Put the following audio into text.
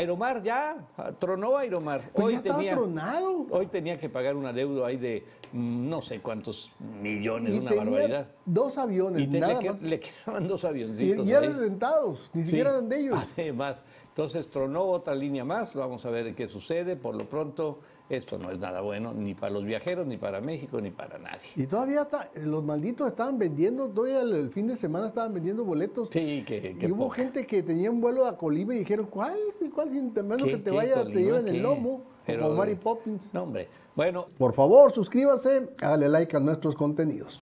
Aeromar ya, tronó Aeromar. Pues ya estaba tronado. Hoy tenía que pagar una deuda ahí de mm, no sé cuántos millones, Y una tenía barbaridad. Dos aviones, Y te- nada le, que- más. le quedaban dos Y, avioncitos. y eran ahí. rentados, Sí. ni Ah. siquiera eran de ellos. Además, entonces tronó otra línea más, vamos a ver qué sucede. Por lo pronto, esto no es nada bueno ni para los viajeros, ni para México, ni para nadie. Y todavía está- los malditos estaban vendiendo, todavía el, el fin de semana estaban vendiendo boletos. Sí, que, y hubo gente que tenía un vuelo a Colima y dijeron, ¿cuál? ¿Cuál? Sin menos que te vaya, te lleven el lomo. Pero, como Mary Poppins. No, hombre. Bueno, Por favor, suscríbase, dale like a nuestros contenidos.